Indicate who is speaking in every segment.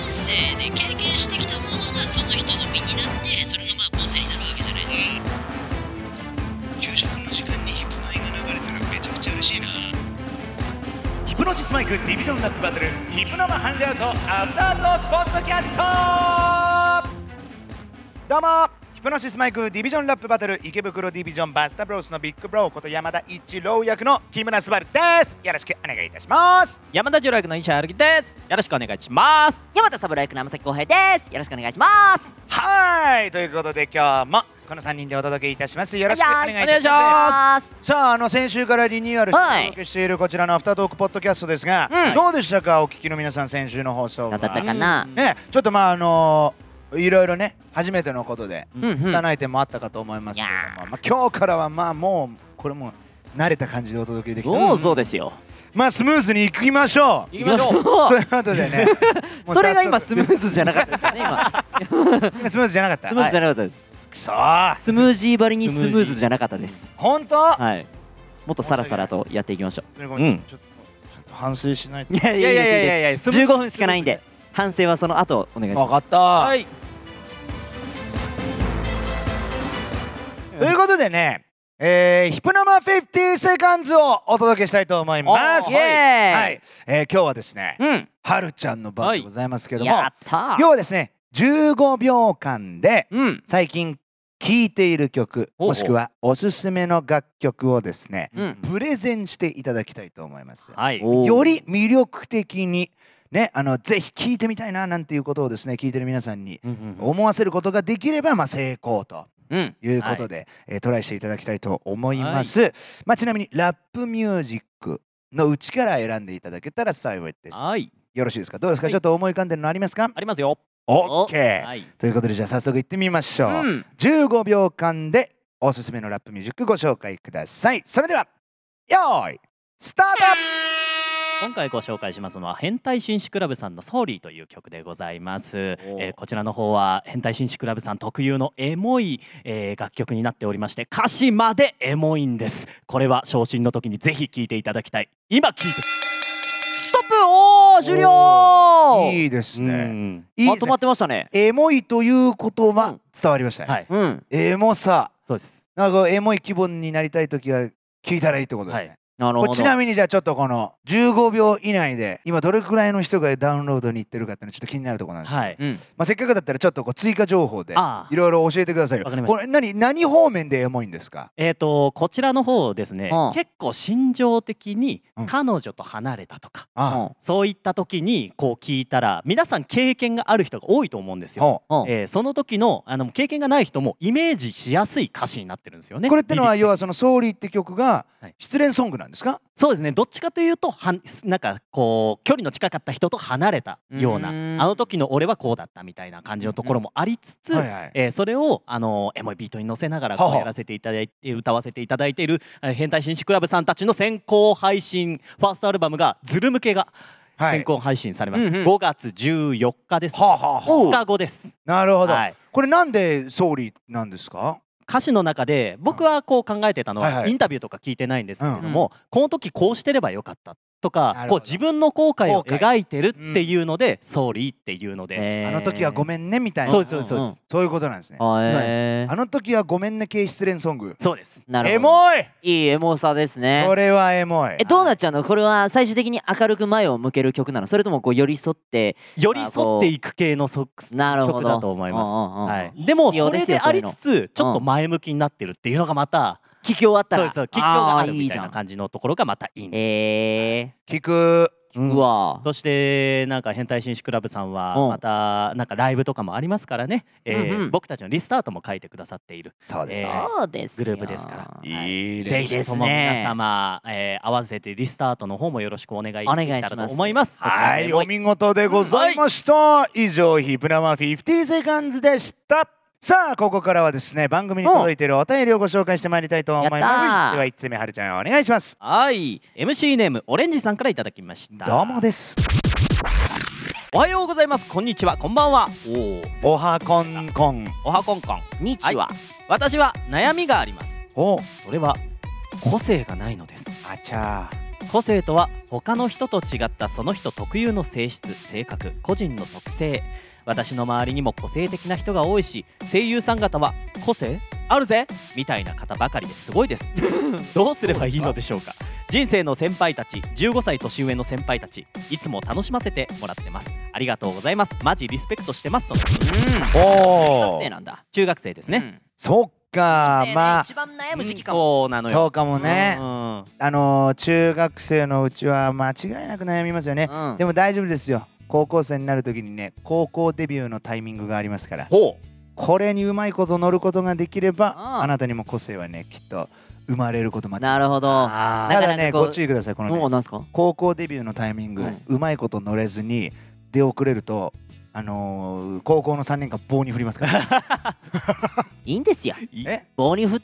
Speaker 1: で経験してきたものがその人の身になってそれがまあ後世になるわけじゃないですか
Speaker 2: 給食の時間にヒップマインが流れたらめちゃくちゃ嬉しいな
Speaker 3: ヒプノシスマイクディビジョンラップバトルヒプノマハングアウトアフタートークポッドキャストどうもヒプノシスマイクディビジョンラップバトル池袋ディビジョンバスタブロースのビッグブローこと山田一郎役の木村昴ですよろしくお願いいたします
Speaker 4: 山田ジュライクの西原歩きです。よろしくお願いします。
Speaker 5: 山田サブライクの山崎浩平です。よろしくお願いします。
Speaker 3: はいということで今日もこの3人でお届けいたしますよろしくお願い
Speaker 4: お
Speaker 3: いたします
Speaker 4: 願いしま
Speaker 5: ます。
Speaker 3: さああの先週からリニューアルしてお
Speaker 5: はい
Speaker 3: 届けしているこちらのアフタートークポッドキャストですが、
Speaker 4: うん
Speaker 3: どうでしたかお聞きの皆さん先週の放送
Speaker 5: ど
Speaker 3: は
Speaker 5: うだったかな。
Speaker 3: ね、ちょっとまああのいろいろね初めてのことで
Speaker 4: うんうん。
Speaker 3: 拙い点もあったかと思いますけれども
Speaker 5: い、や
Speaker 3: まあ、今日からはまあもうこれも慣れた感じでお届けできた
Speaker 4: どうぞですよ。
Speaker 3: まあスムーズにいきましょう
Speaker 4: 行きましょう。
Speaker 3: ということでねも う早速
Speaker 4: それが今スムーズじゃなかったですね。今
Speaker 3: 今スムーズじゃなかった
Speaker 4: スムーズじゃなかったです。
Speaker 3: くそー
Speaker 4: スムージーばりにスムーズじゃなかったです。
Speaker 3: 本当、
Speaker 4: はい。もっとサラサラとやっていきましょ
Speaker 3: ごめん
Speaker 4: うん
Speaker 3: ちょっとちょっと反省しないと
Speaker 4: う。いやい
Speaker 6: いや
Speaker 4: や
Speaker 6: い
Speaker 4: い
Speaker 6: や
Speaker 4: や
Speaker 6: い
Speaker 4: い
Speaker 6: や
Speaker 4: や
Speaker 6: い
Speaker 4: いや
Speaker 6: やいや、
Speaker 4: 15分しかないんで反省はその後お願いし
Speaker 3: 分
Speaker 4: ま
Speaker 3: かった、
Speaker 6: はい。
Speaker 3: ということでねえー、ヒプノマ50セカンズをお届けしたいと思いま
Speaker 4: お
Speaker 3: す。
Speaker 4: ーイエーイ
Speaker 3: はい、えー今日はですね
Speaker 4: す。、うん。
Speaker 3: はるちゃんの番でございますけども、
Speaker 4: やったー。
Speaker 3: 要はですね15秒間で
Speaker 4: うん。
Speaker 3: 最近聴いている曲
Speaker 4: おうおう
Speaker 3: もしくはおすすめの楽曲をですね
Speaker 4: うん。
Speaker 3: プレゼンしていただきたいと思います。
Speaker 6: はい。
Speaker 4: おー
Speaker 3: より魅力的にね、あのぜひ聴いてみたいななんていうことをですね聞いてる皆さんに思わせることができれば、まあ、成功と
Speaker 4: うん。
Speaker 3: いうことで、えートライしていただきたいと思います、まあ、ちなみにラップミュージックのうちから選んでいただけたら幸いです
Speaker 6: はい。
Speaker 3: よろしいですかどうですか、
Speaker 6: はい
Speaker 3: ちょっと思い浮かんでるのありますか
Speaker 6: ありますよ。
Speaker 3: オッケー
Speaker 6: はい。
Speaker 3: ということでじゃあ早速行ってみましょう、
Speaker 4: うん。
Speaker 3: 15秒間でおすすめのラップミュージックご紹介くださいそれではよーいスター
Speaker 6: 今回ご紹介しますのは変態紳士クラブさんのソーリーという曲でございます。えーこちらの方は変態紳士クラブさん特有のエモい、えー楽曲になっておりまして歌詞までエモいんです。これは昇進の時にぜひ聴いていただきたい。今聴いて。
Speaker 4: ストップおー終
Speaker 3: ト
Speaker 4: 了
Speaker 3: いいですねいい
Speaker 4: あ
Speaker 3: で
Speaker 4: 止
Speaker 3: すね
Speaker 4: まってましたね。
Speaker 3: エモいということ
Speaker 4: う
Speaker 3: は
Speaker 4: ん
Speaker 3: 伝わりましたね、
Speaker 6: はい。
Speaker 4: うん。
Speaker 3: エモさ
Speaker 6: そうです。
Speaker 3: なんかエモい気分になりたいときは聞いたらいいってことですね、
Speaker 4: な
Speaker 6: は
Speaker 4: るほ
Speaker 3: こ
Speaker 4: ど。
Speaker 3: れちなみにじゃあちょっとこの15秒以内で今どれくらいの人がダウンロードに行ってるかっていうのちょっと気になるところなんですけど、
Speaker 6: はい。
Speaker 4: うん。
Speaker 3: まあ、せっかくだったらちょっとこう追加情報で
Speaker 6: あ
Speaker 3: いろいろ教えてくださいよ
Speaker 6: わかりました
Speaker 3: これ何何方面でエモいんですか
Speaker 6: えー、とこちらの方ですね、
Speaker 4: うん
Speaker 6: 結構心情的に
Speaker 3: うん
Speaker 6: 彼女と離れたとか、
Speaker 3: あ
Speaker 6: そういった時にこう聞いたら皆さん経験がある人が多いと思うんですよ。
Speaker 3: ほ
Speaker 4: うん。
Speaker 6: えーその時のあの経験がない人もイメージしやすい歌詞になってるんですよ
Speaker 3: う
Speaker 6: ね。
Speaker 3: これってのは
Speaker 6: リリッ
Speaker 3: 要はその「ソーリー」って曲が
Speaker 6: はい
Speaker 3: 失恋ソングなんですか
Speaker 6: クそうですねどっちかというとはんなんかこう距離の近かった人と離れたような
Speaker 4: うーん
Speaker 6: あの時の俺はこうだったみたいな感じのところもありつつ、
Speaker 3: はいはい
Speaker 6: えーそれを、あのエモいビートに乗せながら
Speaker 3: はは
Speaker 6: こうやらせていただいて歌わせていただいているえー変態紳士クラブさんたちの先行配信ファーストアルバムが「ズル向け」が
Speaker 3: は
Speaker 6: 先
Speaker 3: い
Speaker 6: 行配信されます、
Speaker 4: うんうん
Speaker 6: 5月14日です、
Speaker 3: はあはあ
Speaker 6: 2
Speaker 3: はあ
Speaker 6: 日後です、
Speaker 3: なるほど、
Speaker 6: はい、
Speaker 3: これなんで「ソーリー」なんですか
Speaker 6: 歌詞の中で僕はこう考えてたの
Speaker 3: はいは
Speaker 6: はいインタビューとか聞いてないんですけれどもこの時こうしてればよかったと
Speaker 3: な
Speaker 6: か
Speaker 3: る
Speaker 6: こ
Speaker 3: ほど
Speaker 6: う自分の後悔を
Speaker 3: 後悔
Speaker 6: 描いてるっていうので「ソーリー」っていうので
Speaker 3: あの時はご
Speaker 4: ん。
Speaker 3: めんねみたいな
Speaker 6: そうですそうですそう
Speaker 4: う
Speaker 6: で
Speaker 4: ん
Speaker 6: す
Speaker 3: そういうことなんですね
Speaker 4: あ
Speaker 6: ナイス
Speaker 4: えー
Speaker 3: あの時はごめんね系失恋ソング
Speaker 6: そうです
Speaker 4: なるほど。
Speaker 3: エモい
Speaker 4: いいエモさですね。
Speaker 3: これはエモい
Speaker 4: えどうなっちゃうのこれは最終的に明るく前を向ける曲なのそれともこう寄り添って
Speaker 6: 寄り添っていく系のソックス
Speaker 4: なるほど
Speaker 6: 曲だと思います
Speaker 4: ま
Speaker 6: はい、でも
Speaker 4: 必要
Speaker 6: そ
Speaker 4: で
Speaker 6: れ
Speaker 4: すよ
Speaker 6: でありつつちょっ
Speaker 4: う
Speaker 6: と
Speaker 4: ん
Speaker 6: 前向きになってるっていうのがまた
Speaker 4: 聞き終わった
Speaker 6: そう
Speaker 4: ら
Speaker 6: ですそうです吉祥があ
Speaker 4: ー
Speaker 6: る
Speaker 4: い
Speaker 6: み
Speaker 4: い
Speaker 6: た
Speaker 4: じ
Speaker 6: い
Speaker 4: ゃ
Speaker 6: なん感じのところがまたいいんですよ
Speaker 4: え
Speaker 3: 聞く
Speaker 4: ー、うわー
Speaker 6: そしてなんか変態紳士クラブさんは
Speaker 4: うん
Speaker 6: またなんかライブとかもありますからね、えー
Speaker 4: うんうん
Speaker 6: 僕たちのリスタートも書いてくださっている
Speaker 3: そうですね、
Speaker 6: えー
Speaker 4: そうですよ
Speaker 6: グループですから
Speaker 4: はい
Speaker 3: いい
Speaker 6: ぜ
Speaker 4: いいで
Speaker 6: ひ
Speaker 4: す
Speaker 6: と
Speaker 4: ね
Speaker 6: も皆様、えー合わせてリスタートの方もよろしくお願いでき
Speaker 4: お願いします
Speaker 6: たらと思います。
Speaker 3: は
Speaker 6: こ
Speaker 3: い、
Speaker 6: ちらの
Speaker 3: お見事でございました。以上、ヒプラマ50セカンズでした。さあ、ここからはですね、番組に届いているお便りをご紹介してまいりたいと思います。で
Speaker 4: やったー
Speaker 3: は、1つ目、はるちゃん、お願いします。
Speaker 6: はい、MC ネームオレンジさんからいただきました。
Speaker 3: どうもです。
Speaker 6: おはようございます。こんにちは。こんばんは。おお、
Speaker 3: おはこんこん。
Speaker 6: おはこんこん。
Speaker 4: 日は、
Speaker 6: 私は悩みがあります。
Speaker 3: お、
Speaker 6: それは個性がないのです。
Speaker 3: あちゃ
Speaker 6: 個性とは他の人と違ったその人特有の性質性格個人の特性私の周りにも個性的な人が多いし声優さん方は個性あるぜみたいな方ばかりですごいです どうすればいいのでしょうか人生の先輩たち15歳年上の先輩たちいつも楽しませてもらってますありがとうございますマジリスペクトしてますと
Speaker 5: 学
Speaker 3: お
Speaker 5: 生
Speaker 3: ー
Speaker 5: なんだ。
Speaker 6: 中学生ですね、
Speaker 5: ね。
Speaker 3: そっかまあ
Speaker 5: 一番悩む時期かも。
Speaker 6: そうなの
Speaker 3: そ
Speaker 6: よ
Speaker 3: うかもね、
Speaker 6: うん
Speaker 3: あのー中学生のうちは間違いなく悩みますよね、
Speaker 5: うん
Speaker 3: でも大丈夫ですよ高校生になる時にね高校デビューのタイミングがありますから
Speaker 6: ほ
Speaker 3: これにうまいこと乗ることができれば
Speaker 5: ああ
Speaker 3: あなたにも個性はねきっと生まれることまで
Speaker 5: なるほど。
Speaker 6: あ
Speaker 3: た
Speaker 5: な
Speaker 3: だね
Speaker 5: かこう
Speaker 3: ご注意くださいこのね
Speaker 5: もうなんすか
Speaker 3: 高校デビューのタイミング、
Speaker 5: はいう
Speaker 3: まいこと乗れずに出遅れると、あのー高校の3年間棒に振ります から。
Speaker 5: いいんですよ。
Speaker 3: え
Speaker 5: 棒に振っ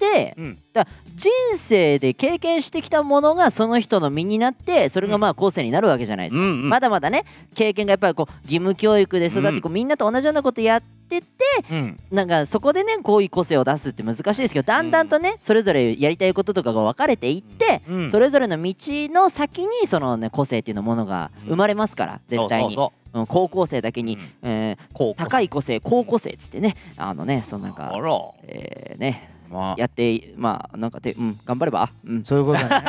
Speaker 5: て、
Speaker 3: うん
Speaker 5: だ人生で経験してきたものがその人の身になってそれがまあ後世になるわけじゃないです
Speaker 6: う
Speaker 5: か、
Speaker 6: んうん
Speaker 5: まだまだね経験がやっぱりこう義務教育で育ってこうみんなと同じようなことやってて
Speaker 3: うん、
Speaker 5: なんかそこでねこういう個性を出すって難しいですけどだんだんとねそれぞれやりたいこととかが分かれていって
Speaker 3: うん
Speaker 5: それぞれの道の先にそのね個性っていうのものが生まれますから絶対
Speaker 6: そう
Speaker 5: に
Speaker 6: そうそう
Speaker 5: うん高校生だけに
Speaker 3: うん
Speaker 5: えー
Speaker 6: 高校
Speaker 5: 高い個性高個性っつってねあのねそのなん
Speaker 6: あ
Speaker 5: からえーね
Speaker 3: まあ
Speaker 5: やってまあなんかてうん頑張ればうん
Speaker 3: そういうことだね。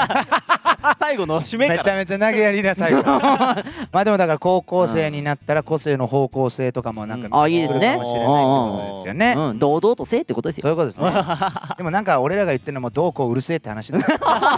Speaker 6: 最後の締めか
Speaker 3: め
Speaker 6: ら
Speaker 3: ちゃめちゃ投げやりな さいよ。まあでもだから高校生になったら個性の方向性とかもなんか見
Speaker 6: うん
Speaker 5: あいいですね
Speaker 3: てくるかもしれないってことですよね。
Speaker 5: うん堂々とせえってことです
Speaker 3: そう
Speaker 5: よ
Speaker 3: いうことで すね。でもなんか俺らが言ってるのもどうこううるせえって話だ。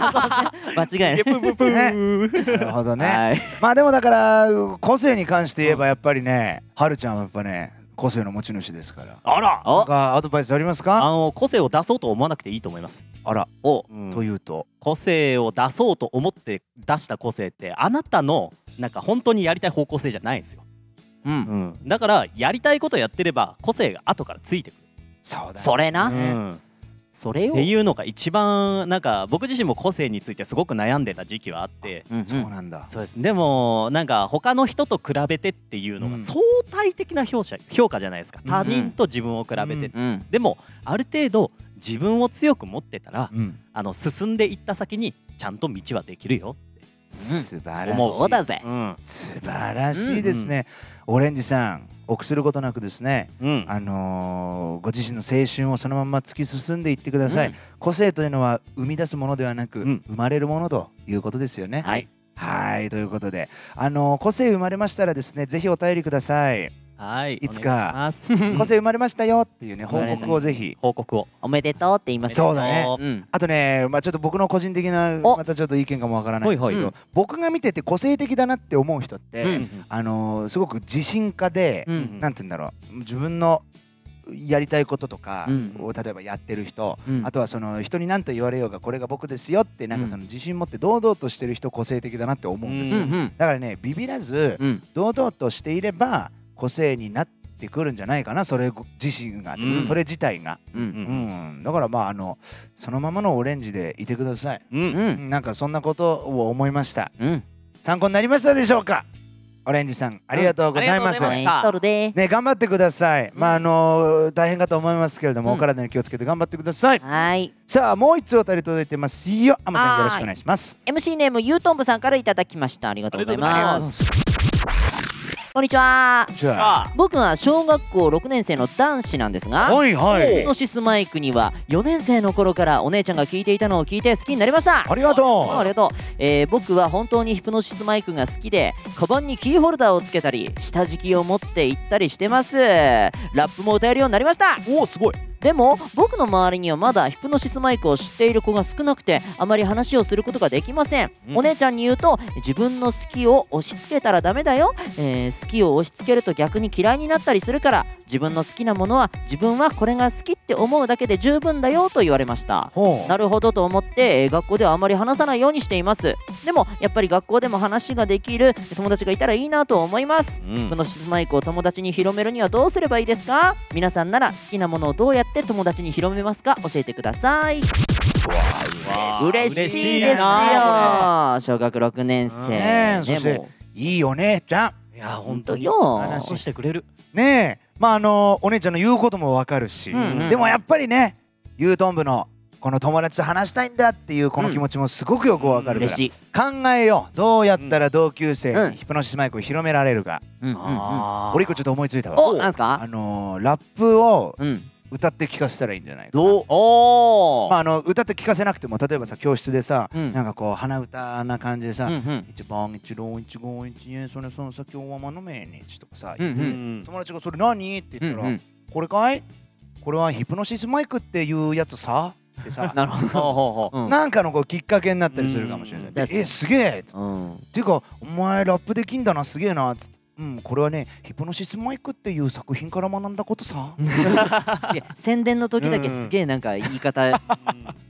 Speaker 5: 間違いない
Speaker 6: プープープー
Speaker 3: なるほどね。
Speaker 5: はい
Speaker 3: まあでもだから個性に関して言えばやっぱりね、はるちゃんはやっぱね個性の持ち主ですから。
Speaker 6: あら
Speaker 5: お
Speaker 3: なんかアドバイスあります
Speaker 6: あ
Speaker 3: か？
Speaker 6: の個性を出そうと思わなくていいと思います、
Speaker 3: あら、
Speaker 5: お
Speaker 6: うん
Speaker 3: というと、
Speaker 6: 個性を出そうと思って出した個性ってあなたのなんか本当にやりたい方向性じゃないんですよ、
Speaker 5: う
Speaker 6: うんん、だからやりたいことやってれば個性が後からついてくる、
Speaker 3: そうだね
Speaker 5: それ
Speaker 6: う
Speaker 5: な
Speaker 6: うん、っ
Speaker 5: それを
Speaker 6: ていうのが一番なんか僕自身も個性についてすごく悩んでた時期はあって
Speaker 5: うんうん
Speaker 3: そうなんだ。
Speaker 6: そうですでもなんか他の人と比べてっていうの
Speaker 3: う
Speaker 6: が
Speaker 3: ん
Speaker 6: 相対的な評価評価じゃないですか
Speaker 3: うん
Speaker 6: 他人と自分を比べて
Speaker 5: うん
Speaker 6: でもある程度自分を強く持ってたら
Speaker 3: うん、
Speaker 6: あの進んでいった先にちゃんと道はできるよ、
Speaker 3: 素晴らしい。
Speaker 6: 思
Speaker 5: そうだぜ
Speaker 6: うん
Speaker 3: 素晴らしいですね。オレンジさん、臆することなくですね、
Speaker 6: うん、
Speaker 3: あのーご自身の青春をそのまま突き進んでいってください。
Speaker 5: うん
Speaker 3: 個性というのは生み出すものではなく、
Speaker 6: うん
Speaker 3: 生まれるものということですよね。
Speaker 5: はい
Speaker 3: はいということで、あのー個性生まれましたらですね、ぜひお便りください。
Speaker 6: はい
Speaker 3: いつか
Speaker 6: お願いします
Speaker 5: うん
Speaker 3: 個性生まれましたよっていう
Speaker 5: 生
Speaker 3: ね、
Speaker 5: ま
Speaker 3: 報
Speaker 5: れました
Speaker 3: 告をぜひ。
Speaker 6: 報告を
Speaker 5: おめでとうって言います
Speaker 3: そうだね
Speaker 5: うん
Speaker 3: あとね、まあ、ちょっと僕の個人的な
Speaker 5: お
Speaker 3: またちょっと意見かもわからないんですけど、
Speaker 5: はいはい
Speaker 3: 僕が見てて個性的だなって思う人って、
Speaker 5: うん
Speaker 3: あのーすごく自信家で、
Speaker 5: う
Speaker 6: うん
Speaker 5: ん
Speaker 3: なんて言うんだろう自分のやりたいこととか
Speaker 5: うん
Speaker 3: を例えばやってる人、
Speaker 5: うん
Speaker 3: あとはその人に何と言われようがこれが僕ですよってなん
Speaker 5: う
Speaker 3: か
Speaker 5: ん
Speaker 3: その自信持って堂々としてる人個性的だなって思うんです
Speaker 5: うん
Speaker 3: よ、
Speaker 5: うん
Speaker 3: だからねビビらず
Speaker 5: うん
Speaker 3: 堂々としていれば個性になってくるんじゃないかなそれ自身が、
Speaker 6: うん
Speaker 3: それ自体が、
Speaker 5: う
Speaker 6: うん
Speaker 5: ん
Speaker 3: うん、だからまああのそのままのオレンジでいてください、
Speaker 6: うん
Speaker 5: う
Speaker 6: うん
Speaker 5: ん
Speaker 3: なんかそんなことを思いました
Speaker 5: うん
Speaker 3: 参考になりましたでしょうかオレンジさんありがとうござい
Speaker 6: あ
Speaker 3: ま
Speaker 6: りがとうござ
Speaker 3: す、
Speaker 6: いま
Speaker 5: 応
Speaker 6: した
Speaker 5: 援しとるで
Speaker 3: ね、頑張ってください。まあ、あのー大変かと思いますけれども、
Speaker 5: うん
Speaker 3: お体に気をつけて頑張ってください。
Speaker 5: はい
Speaker 3: さあ、もう一つお便り届いてますよ。あまさん、よろしくお願いします。
Speaker 5: MC ネームゆうとんぶさんからいただきましたありがとうございますこんにちは
Speaker 3: じゃあ、
Speaker 6: あ
Speaker 5: 僕は小学校6年生の男子なんですが
Speaker 3: はいはい
Speaker 5: ノ。シスマイクには4年生の頃からお姉ちゃんが聞いていたのを聞いて好きになりました
Speaker 3: ありがと
Speaker 5: あありがとう、えー僕は本当にヒプノシスマイクが好きでカバンにキーホルダーをつけたり下敷きを持って行ったりしてますラップも歌えるようになりました
Speaker 6: おおすごい
Speaker 5: でも僕の周りにはまだヒプノシスマイクを知っている子が少なくてあまり話をすることができません、
Speaker 6: うん
Speaker 5: お姉ちゃんに言うと自分の好きを押し付けたらダメだよ、えー好きを押し付けると逆に嫌いになったりするから自分の好きなものは自分はこれが好きって思うだけで十分だよと言われました
Speaker 3: う。ほ
Speaker 5: なるほどと思って、えー学校ではあまり話さないようにしていますでもやっぱり学校でも話ができる友達がいたらいいなと思います
Speaker 6: うん
Speaker 5: このシスマイクを友達に広めるにはどうすればいいですか皆さんなら好きなものをどうやって友達に広めますか教えてくださいう嬉しいですよ小学6年生
Speaker 3: ねえそして
Speaker 5: も
Speaker 3: う。いいよね、じゃん。
Speaker 6: いや
Speaker 5: う
Speaker 6: 本
Speaker 5: 本
Speaker 6: 当
Speaker 5: 当
Speaker 6: に
Speaker 5: よ
Speaker 3: 話
Speaker 6: してくれる
Speaker 3: ねえ、まあ、あのーお姉ちゃんの言うこともわかるし、
Speaker 5: うんうん
Speaker 3: でもやっぱりね、ゆうとん部のこの友達と話したいんだっていうこの気持ちもすごくよくわかるか
Speaker 5: 嬉し
Speaker 3: ら、
Speaker 5: い。
Speaker 3: 考えようどうやったら同級
Speaker 5: う
Speaker 3: 生
Speaker 5: ん
Speaker 3: にヒプノシスマイクを広められるか、
Speaker 5: うんうんうん。
Speaker 6: あー
Speaker 3: 俺一個ちょっと思いついたわ
Speaker 5: お、なんすか
Speaker 3: あ？のーラップを
Speaker 5: うん。
Speaker 3: 歌って聞かせたらいいんじゃないかな
Speaker 5: どう？おお。
Speaker 3: まあ、あの歌って聞かせなくても例えばさ教室でさ、
Speaker 5: うん
Speaker 3: なんかこう鼻歌な感じでさ
Speaker 5: うんう
Speaker 3: 「
Speaker 5: ん。
Speaker 3: 一番一郎一号一円それその先おわまの命日」とかさ、
Speaker 5: うんうん
Speaker 3: 友達が「それ何?」って
Speaker 5: う
Speaker 3: 言
Speaker 5: ん
Speaker 3: っ
Speaker 5: う
Speaker 3: たら「
Speaker 5: ん。
Speaker 3: これかいこれはヒプノシスマイクっていうやつさ」ってさ
Speaker 5: なるほど。
Speaker 6: ほうほうほう
Speaker 5: うん
Speaker 3: なんかのこうきっかけになったりするかもしれない。
Speaker 6: うん
Speaker 3: で
Speaker 5: 確かに
Speaker 3: えすげえつっ
Speaker 5: うん。
Speaker 3: ていうかお前ラップできんだなすげえなっつって。うん、これはね、ヒプノシスマイクっていう作品から学んだことさ。
Speaker 5: いや宣伝の時だけすげえなんか言い方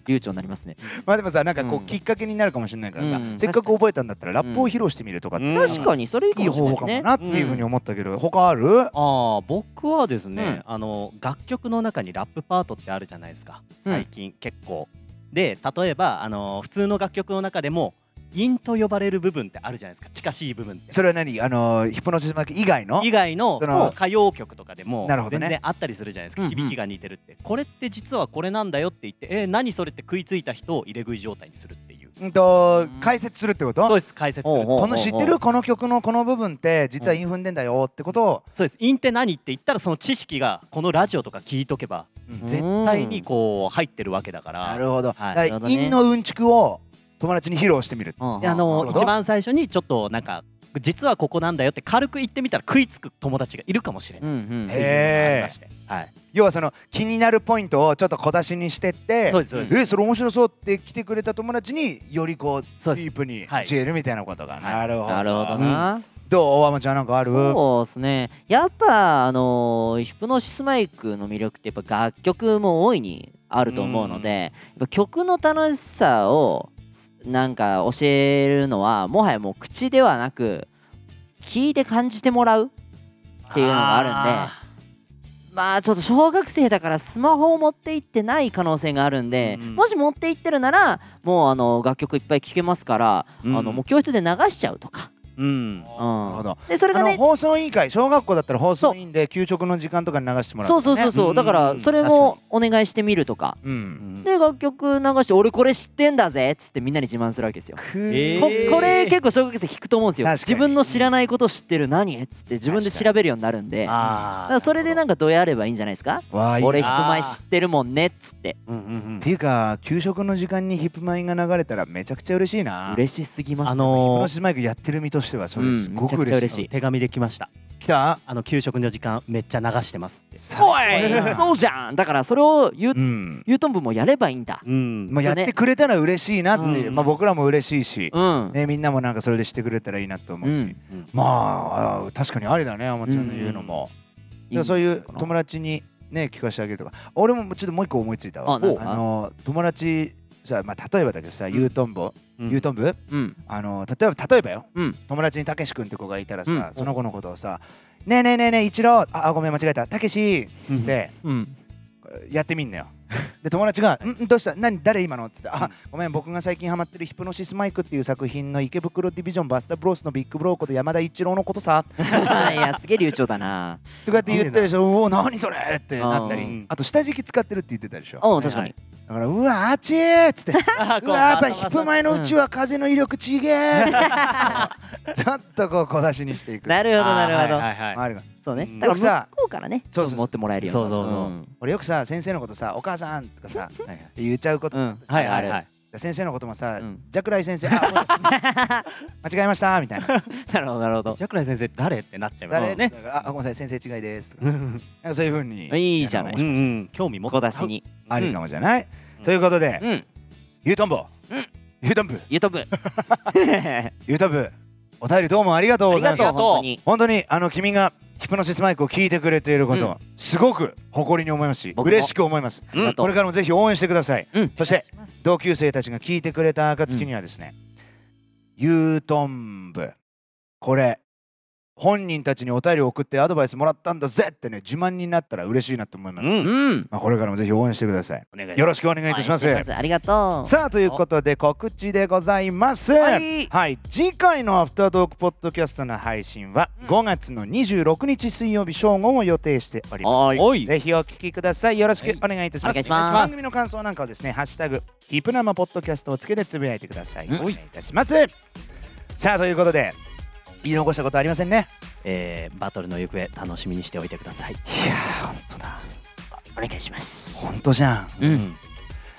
Speaker 5: 流暢になりますね。
Speaker 3: まあでもさ、なんか
Speaker 5: う
Speaker 3: こうんきっかけになるかもしれないからさ、
Speaker 5: うん
Speaker 3: せっかく覚えたんだったらラップを披露してみるとかって、
Speaker 2: うん
Speaker 5: 確かにそれいいか
Speaker 3: いい
Speaker 5: もしれ
Speaker 3: 方
Speaker 5: ないです
Speaker 3: 法か
Speaker 5: ね
Speaker 3: も。なっていうふうに思ったけど、他ある
Speaker 6: ああ僕はですね、あの楽曲の中にラップパートってあるじゃないですか
Speaker 5: うん
Speaker 6: 最近、結構で例えばあの普通の楽曲の中でも韻と呼ばれる部分ってあるじゃないですか近しい部分って
Speaker 3: それは何あのーヒプノシスマイク以外の
Speaker 6: 以外の
Speaker 3: その
Speaker 6: 歌謡曲とかでも
Speaker 3: なるほど
Speaker 6: 全
Speaker 3: ね
Speaker 6: 然あったりするじゃないですか、
Speaker 5: うんうん
Speaker 6: 響きが似てるってこれって実はこれなんだよって言ってえー何それって食いついた人を入れ食い状態にするっていう
Speaker 3: うんと解説するってこ
Speaker 6: そう
Speaker 3: と
Speaker 6: です解説する
Speaker 5: おうおう
Speaker 3: この知ってるこの曲のこの部分って実はインフンでんだよってことを
Speaker 6: そうです韻って何って言ったらその知識がこのラジオとか聞いとけば
Speaker 3: うん
Speaker 6: 絶対にこう入ってるわけだから
Speaker 3: なるほど。
Speaker 6: は
Speaker 3: だ
Speaker 6: い
Speaker 5: なるほ
Speaker 3: から
Speaker 5: どね
Speaker 3: インのうんちくを友達に披露してみる。
Speaker 5: うん
Speaker 6: であ
Speaker 3: な
Speaker 6: の
Speaker 3: るほど
Speaker 6: 一番最初にちょっとなんか実はここなんだよって軽く言ってみたら食いつく友達がいるかもしれ
Speaker 5: う
Speaker 6: なんい。
Speaker 5: うん
Speaker 6: って
Speaker 3: へ
Speaker 6: いうのがありましてはい、
Speaker 3: 要はその気になるポイントをちょっと小出しにしてって
Speaker 6: そうですそうです、
Speaker 3: えそれ面白そうって来てくれた友達によりこう
Speaker 6: そう
Speaker 3: デ
Speaker 6: で
Speaker 3: ィ
Speaker 6: す
Speaker 3: ープに
Speaker 6: はい
Speaker 3: 教えるみたいなことが、
Speaker 6: い
Speaker 3: なるほど
Speaker 5: なるほど
Speaker 3: うん
Speaker 5: な。
Speaker 3: どう大山ちゃんなんかある
Speaker 5: そうですね。やっぱあのーヒプノシスマイクの魅力ってやっぱ楽曲も大いにあると思うので、やっぱ曲の楽しさをなんか教えるのはもはやもう口ではなく聞いて感じてもらうっていうのがあるんでまあちょっと小学生だからスマホを持って行ってない可能性があるんで、
Speaker 3: うん
Speaker 5: もし持って行ってるならもうあの楽曲いっぱい聴けますから、
Speaker 6: ん
Speaker 5: あのもう教室で流しちゃうとか、う
Speaker 6: うん
Speaker 5: ん、
Speaker 3: なるほど
Speaker 5: でそれ
Speaker 3: あ
Speaker 5: が
Speaker 3: の
Speaker 5: ね
Speaker 3: 放送委員会小学校だったら放送委員で給食の時間とかに流してもらう
Speaker 5: そ
Speaker 3: と
Speaker 5: うそう
Speaker 3: かね
Speaker 5: そうそう、
Speaker 6: うん
Speaker 5: だからそれもお願いしてみるとか、
Speaker 3: う
Speaker 6: うんん
Speaker 5: で楽曲流して「俺これ知ってんだぜ」っつってみんなに自慢するわけですよ、
Speaker 3: く
Speaker 6: え
Speaker 5: こ
Speaker 6: ー
Speaker 5: これ結構小学生聞くと思うんですよ
Speaker 3: 確かに
Speaker 5: 自分の知らないこと知ってる何っつって自分で調べるようになるんでだ
Speaker 6: あ
Speaker 5: からそれでなんかどうやればいいんじゃないですか
Speaker 3: わあいいな
Speaker 5: 俺
Speaker 3: っ
Speaker 5: 弾く前知ってるもんねっつって
Speaker 6: うんうんうん
Speaker 3: ていうか給食の時間にヒップマインが流れたらめちゃくちゃ嬉しいなヒ
Speaker 5: 嬉しすぎますね
Speaker 6: あ
Speaker 3: プ
Speaker 6: の
Speaker 3: ノ
Speaker 6: ー
Speaker 3: シスマイクやってる身としてはそれすごく
Speaker 5: うんめちゃくちゃ
Speaker 3: 嬉
Speaker 5: 嬉
Speaker 3: し
Speaker 5: し
Speaker 3: い
Speaker 5: い
Speaker 6: 手紙できました
Speaker 3: 来た
Speaker 6: あの給食の時間めっちゃ流してますって
Speaker 5: お
Speaker 3: 最高
Speaker 5: い
Speaker 3: だ
Speaker 5: そうじゃんだからそれを言う
Speaker 3: うん
Speaker 5: 言うとんぶもやればいいんだ
Speaker 6: うん
Speaker 3: まあやってくれたら嬉しいなっていううんまあ僕らも嬉しいし
Speaker 5: うん
Speaker 3: ねみんなもなんかそれでしてくれたらいいなと思
Speaker 5: う
Speaker 3: うし
Speaker 5: ん
Speaker 3: まああ確かにありだねあまちゃんの言うのもだからそういう友達にね聞かせてあげるとか俺もちょっともう一個思いついたわ
Speaker 5: あなんすか
Speaker 3: あの友達さ、まあ、例えばだけどさ、ユートンボ、ユートンブ
Speaker 5: うん
Speaker 3: あの例えば例えばよ、
Speaker 5: うん
Speaker 3: 友達にたけし君って子がいたらさ、
Speaker 5: うん
Speaker 3: その子のことをさ「ねえねえねえねえ一郎ああごめん間違えたたけし」って
Speaker 5: うん
Speaker 3: やって みんのよ。で友達が「んんどうした何誰今の?」っつって「あごめん僕が最近ハマってるヒプノシスマイクっていう作品の池袋ディビジョンバスタブロースのビッグブローコと山田一郎のことさ」
Speaker 5: いやすげえ流暢だな
Speaker 3: とかって言ったりして「おお何それ!」ってなった
Speaker 5: う
Speaker 3: り
Speaker 6: ん
Speaker 3: あと下敷き使ってるって言ってたでしょ。
Speaker 5: うん確かに
Speaker 3: だから、うわ、あちーっつって、う
Speaker 6: あーこ
Speaker 3: わ、やっぱヒップ前の
Speaker 5: うん
Speaker 3: うちは風の威力ちげーちょっとこう小出しにしていく。
Speaker 5: なるほどなるほど、
Speaker 6: あーはいはいはい
Speaker 3: あるが
Speaker 5: そうね
Speaker 6: うん
Speaker 5: だか
Speaker 3: 僕さ
Speaker 5: ら向こうからね
Speaker 3: そうそうそう
Speaker 5: 持ってもらえるように
Speaker 6: そうそうそう
Speaker 5: うん
Speaker 3: 俺よくさ、先生のことさ、お母さんとかさ、
Speaker 6: はい
Speaker 3: って言っちゃうこと、
Speaker 5: うん
Speaker 6: はいはいはい
Speaker 3: 先生のこともさ、
Speaker 5: うん
Speaker 3: ジャクライ先生、あ、ごめん間違えましたみたいな。
Speaker 5: なるほどなるほど
Speaker 6: ジャクライ先生誰ってなっちゃいます
Speaker 3: 誰
Speaker 6: よね
Speaker 3: だからあ、ごめんなさい、先生違いです。とか
Speaker 6: うん
Speaker 3: なんかそういうふうに。
Speaker 5: いいじゃない
Speaker 3: あ
Speaker 6: う
Speaker 3: の
Speaker 6: ん興味持っ
Speaker 5: 小出しに
Speaker 3: ありかもじゃない、ということで、
Speaker 5: うん
Speaker 3: ゆうとんぼ、
Speaker 5: うん
Speaker 3: ゆうとんぶ、
Speaker 5: 言うとぶあり
Speaker 3: ゆうとんぶ、お便りどうもありがとうござ
Speaker 5: が
Speaker 3: いまし
Speaker 5: と
Speaker 3: た
Speaker 5: う。本当に
Speaker 3: 本当にあの君がヒプノシスマイクを聞いてくれていることはすごく誇りに思いますし
Speaker 5: 僕も
Speaker 3: 嬉しく思います
Speaker 5: ありがと
Speaker 3: こ
Speaker 5: う
Speaker 3: れからもぜひ応援してください
Speaker 5: うん
Speaker 3: そして同級生たちが聞いてくれた暁にはですね「ユートン部これ本人たちにお便りを送ってアドバイスもらったんだぜってね自慢になったら嬉しいなと思います、
Speaker 6: うん
Speaker 4: うん。
Speaker 3: まあ、これからもぜひ応援してください
Speaker 6: お願いします
Speaker 3: よろしくお願いいたします、
Speaker 4: はいありがとう。
Speaker 3: さあということで告知でございます、
Speaker 4: はい
Speaker 3: 次回のアフタートークポッドキャストの配信は
Speaker 4: うん
Speaker 3: 5月の26日水曜日正午を予定しております
Speaker 4: はい。
Speaker 6: おい
Speaker 3: ぜひお聞きくださいよろしくお願いいたします,、
Speaker 4: はいお願いします
Speaker 3: 番組の感想なんかはですねハッシュタグヒプナマポッドキャストをつけてつぶやいてください、
Speaker 4: うん
Speaker 3: お願いいたしますさあということで言い残したことありませんね
Speaker 6: えーバトルの行方楽しみにしておいてください。
Speaker 3: いやー本当だ
Speaker 4: お願いします。
Speaker 3: 本当じゃん
Speaker 4: うん。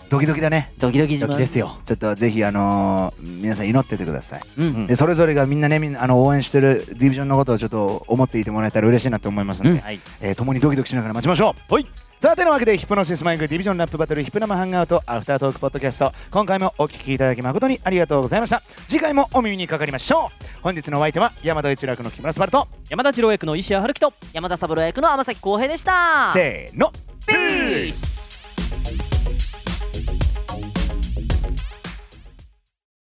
Speaker 3: ドキドキだね
Speaker 4: ドキドキ自
Speaker 6: ド
Speaker 4: 慢
Speaker 6: キですよ。
Speaker 3: ちょっとぜひあのー皆さん祈っててください
Speaker 4: うん。
Speaker 3: でそれぞれがみんなねみんなあの応援してるディビジョンのことをちょっと思っていてもらえたら嬉しいなと思いますので、
Speaker 4: うん
Speaker 6: はい。
Speaker 3: えー共にドキドキしながら待ちましょう
Speaker 6: はい
Speaker 3: さあてなわけでヒプノシスマイクディビジョンラップバトルヒプナマハンガートアフタートークポッドキャスト今回もお聞きいただき誠にありがとうございました次回もお耳にかかりましょう本日のお相手は山田一楽の木村昴と
Speaker 6: 山田次郎役の石谷春樹と
Speaker 4: 山田三郎役の天崎浩平でした。
Speaker 3: せーの
Speaker 4: ピース